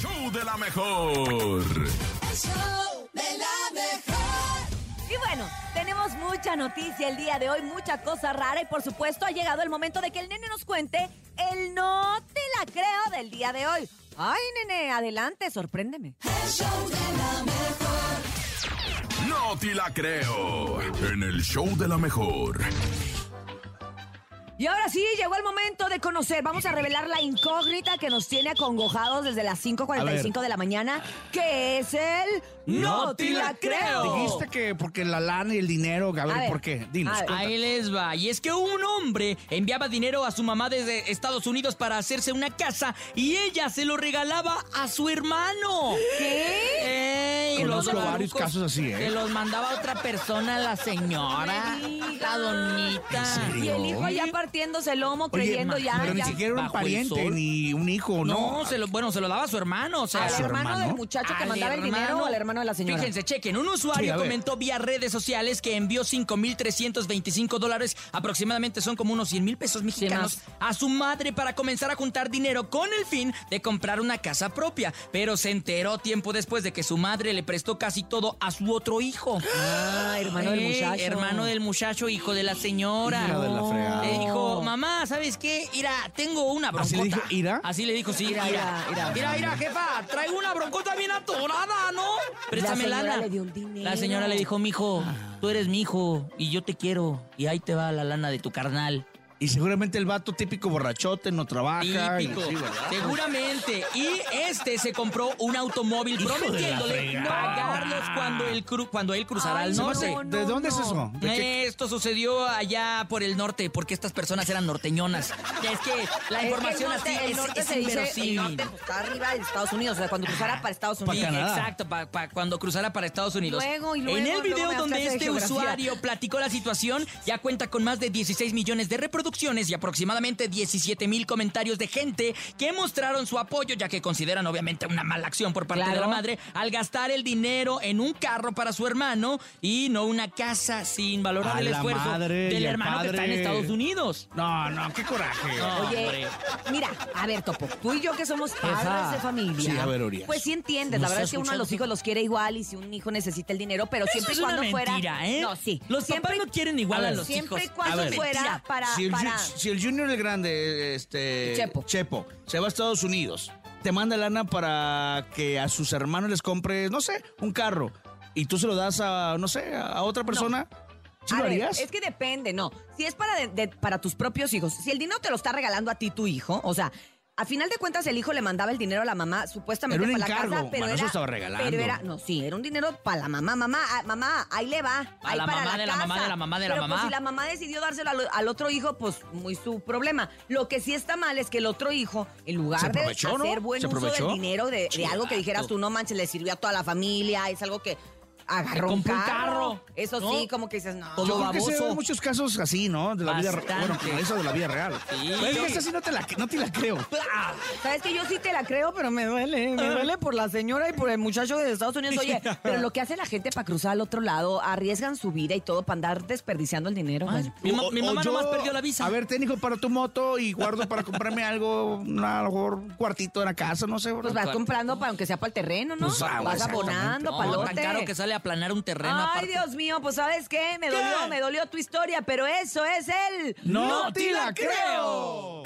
show de la mejor. El show de la mejor. Y bueno, tenemos mucha noticia el día de hoy, mucha cosa rara y por supuesto ha llegado el momento de que el nene nos cuente el no te la creo del día de hoy. Ay, nene, adelante, sorpréndeme. El show de la mejor. No te la creo. En el show de la mejor. Y ahora sí, llegó el momento de conocer. Vamos a revelar la incógnita que nos tiene acongojados desde las 5.45 de la mañana, que es el No te la creo. Dijiste que porque la lana y el dinero, A Gabriel, ver, ¿por qué? Dinos. a ver. Ahí les va. Y es que un hombre enviaba dinero a su mamá desde Estados Unidos para hacerse una casa y ella se lo regalaba a su hermano. ¿Qué? Ey, los Conozco varios barucos casos así, ¿eh? Que los mandaba a otra persona, la señora. No me digas. La donita. ¿En serio? Y el hijo ya partiéndose el lomo, creyendo ma, ya. Pero ni ya. siquiera un Bajo el pariente, sol. ni un hijo, ¿no? No, se lo, bueno, se lo daba a su hermano. O sea, ¿Al ¿A su hermano, hermano? del muchacho que Al mandaba el dinero hermano. o al hermano de la señora? Fíjense, chequen. Un Sí, a usuario ver. comentó vía redes sociales que envió 5.325 dólares, aproximadamente son como unos 100 mil pesos mexicanos, a su madre para comenzar a juntar dinero con el fin de comprar una casa propia. Pero se enteró tiempo después de que su madre le prestó casi todo a su otro hijo. Ah, hermano del Ey, muchacho. Hermano del muchacho, hijo de la señora. Hija de la fregada. Le dijo, mamá, ¿sabes qué? Ira, tengo una broncota. ¿Así le dijo ira? Así le dijo, sí, Ira, ira. ira, Ira, ira. ira, jefa, traigo una broncota bien atorada, ¿no? Préstame señora lana. le dio un dinero. La señora le dijo, mijo, tú eres mi hijo y yo te quiero. Y ahí te va la lana de tu carnal. Y seguramente el vato típico borrachote no trabaja. y Típico. así, ¿verdad? Seguramente. Y este se compró un automóvil Hijo de la prometiéndole fregada. pagarlos cuando él, cru- cuando él cruzará Ay, el Se me no, norte. hace- no, ¿De dónde es no. Eh. eso? ¿De qué? Esto sucedió allá por el norte, porque estas personas eran norteñonas. Es que la información es que el norte, el así es, norte es se dice, el inverosímil. norte pues, está arriba de Estados Unidos, o sea, cuando cruzara para Estados Sí, Unidos. Canadá. Exacto, pa- pa- cuando cruzara para Estados Unidos. Luego, y luego, en el luego video me das donde clase de este geografía. usuario platicó la situación, ya cuenta con más de 16 millones de reproducciones y aproximadamente 17 mil comentarios de gente que mostraron su apoyo, ya que consideran obviamente una mala acción por parte Claro. de la madre al gastar el dinero en un carro para su hermano y no una casa sin valorar A el la esfuerzo madre y del al hermano que está en padre. Estados Unidos. No, no, qué coraje. No, Oye, hombre. mira, a ver, Topo, tú y yo que somos padres Ajá. de familia. Sí, a ver, Urias. Pues sí entiendes, la No verdad estás es que uno a los escuchando. hijos los quiere igual y si un hijo necesita el dinero, pero Eso siempre es y cuando una fuera. mentira, ¿eh? No, sí. Los siempre, papás no quieren igual a, A ver, los hijos. Siempre y cuando A ver. fuera para. si, el, ju- para- si el Junior el Grande, este. Chepo. se va a Estados Unidos, te manda lana para que a sus hermanos les compres, no sé, un carro. Y tú se lo das a, no sé, a otra persona. ¿Sí A lo ver, harías? es que depende, no. Si es para, de- de- para tus propios hijos, si el dinero te lo está regalando a ti tu hijo, o sea, a final de cuentas el hijo le mandaba el dinero a la mamá supuestamente Era un para la encargo, casa, pero mamá, no era, se estaba regalando. pero era, no, sí, era un dinero para la mamá, mamá, ah, mamá, ahí le va, A ahí la para mamá la de la casa. mamá de la mamá de la Pero, pues, mamá. si la mamá decidió dárselo al, al otro hijo, pues muy su problema. Lo que sí está mal es que el otro hijo, en Se lugar de hacer aprovechó, ¿no? buen Se uso del aprovechó. dinero de, de algo que dijeras Chivato. tú, no manches, le sirvió a toda la familia, es algo que agarró un Compró un carro. carro, Eso ¿no? sí, como que dices, no. Todo Yo creo que se baboso. ven muchos casos así, ¿no? De la vida real. Bastante. Bueno, eso de la vida real. Sí. Pero es que esta sí no te la, no te la creo. Sabes que yo sí te la creo, pero me duele. Ah. Me duele por la señora y por el muchacho de Estados Unidos. Oye, pero lo que hace la gente para cruzar al otro lado, arriesgan su vida y todo para andar desperdiciando el dinero. Ay, güey. Mi, ma- O- mi o mamá yo, nomás perdió la visa. A ver, técnico para tu moto y guardo para comprarme algo, una- a lo mejor un cuartito de la casa, no sé. Pues ¿verdad? vas comprando para aunque sea para el terreno, ¿no? Pues, ah, vas exactamente. abonando, No, palote. tan caro que sale a planar un terreno. Ay, aparte. Dios mío, pues ¿sabes qué? Me dolió, me dolió tu historia, pero eso es el... ¡No te la creo!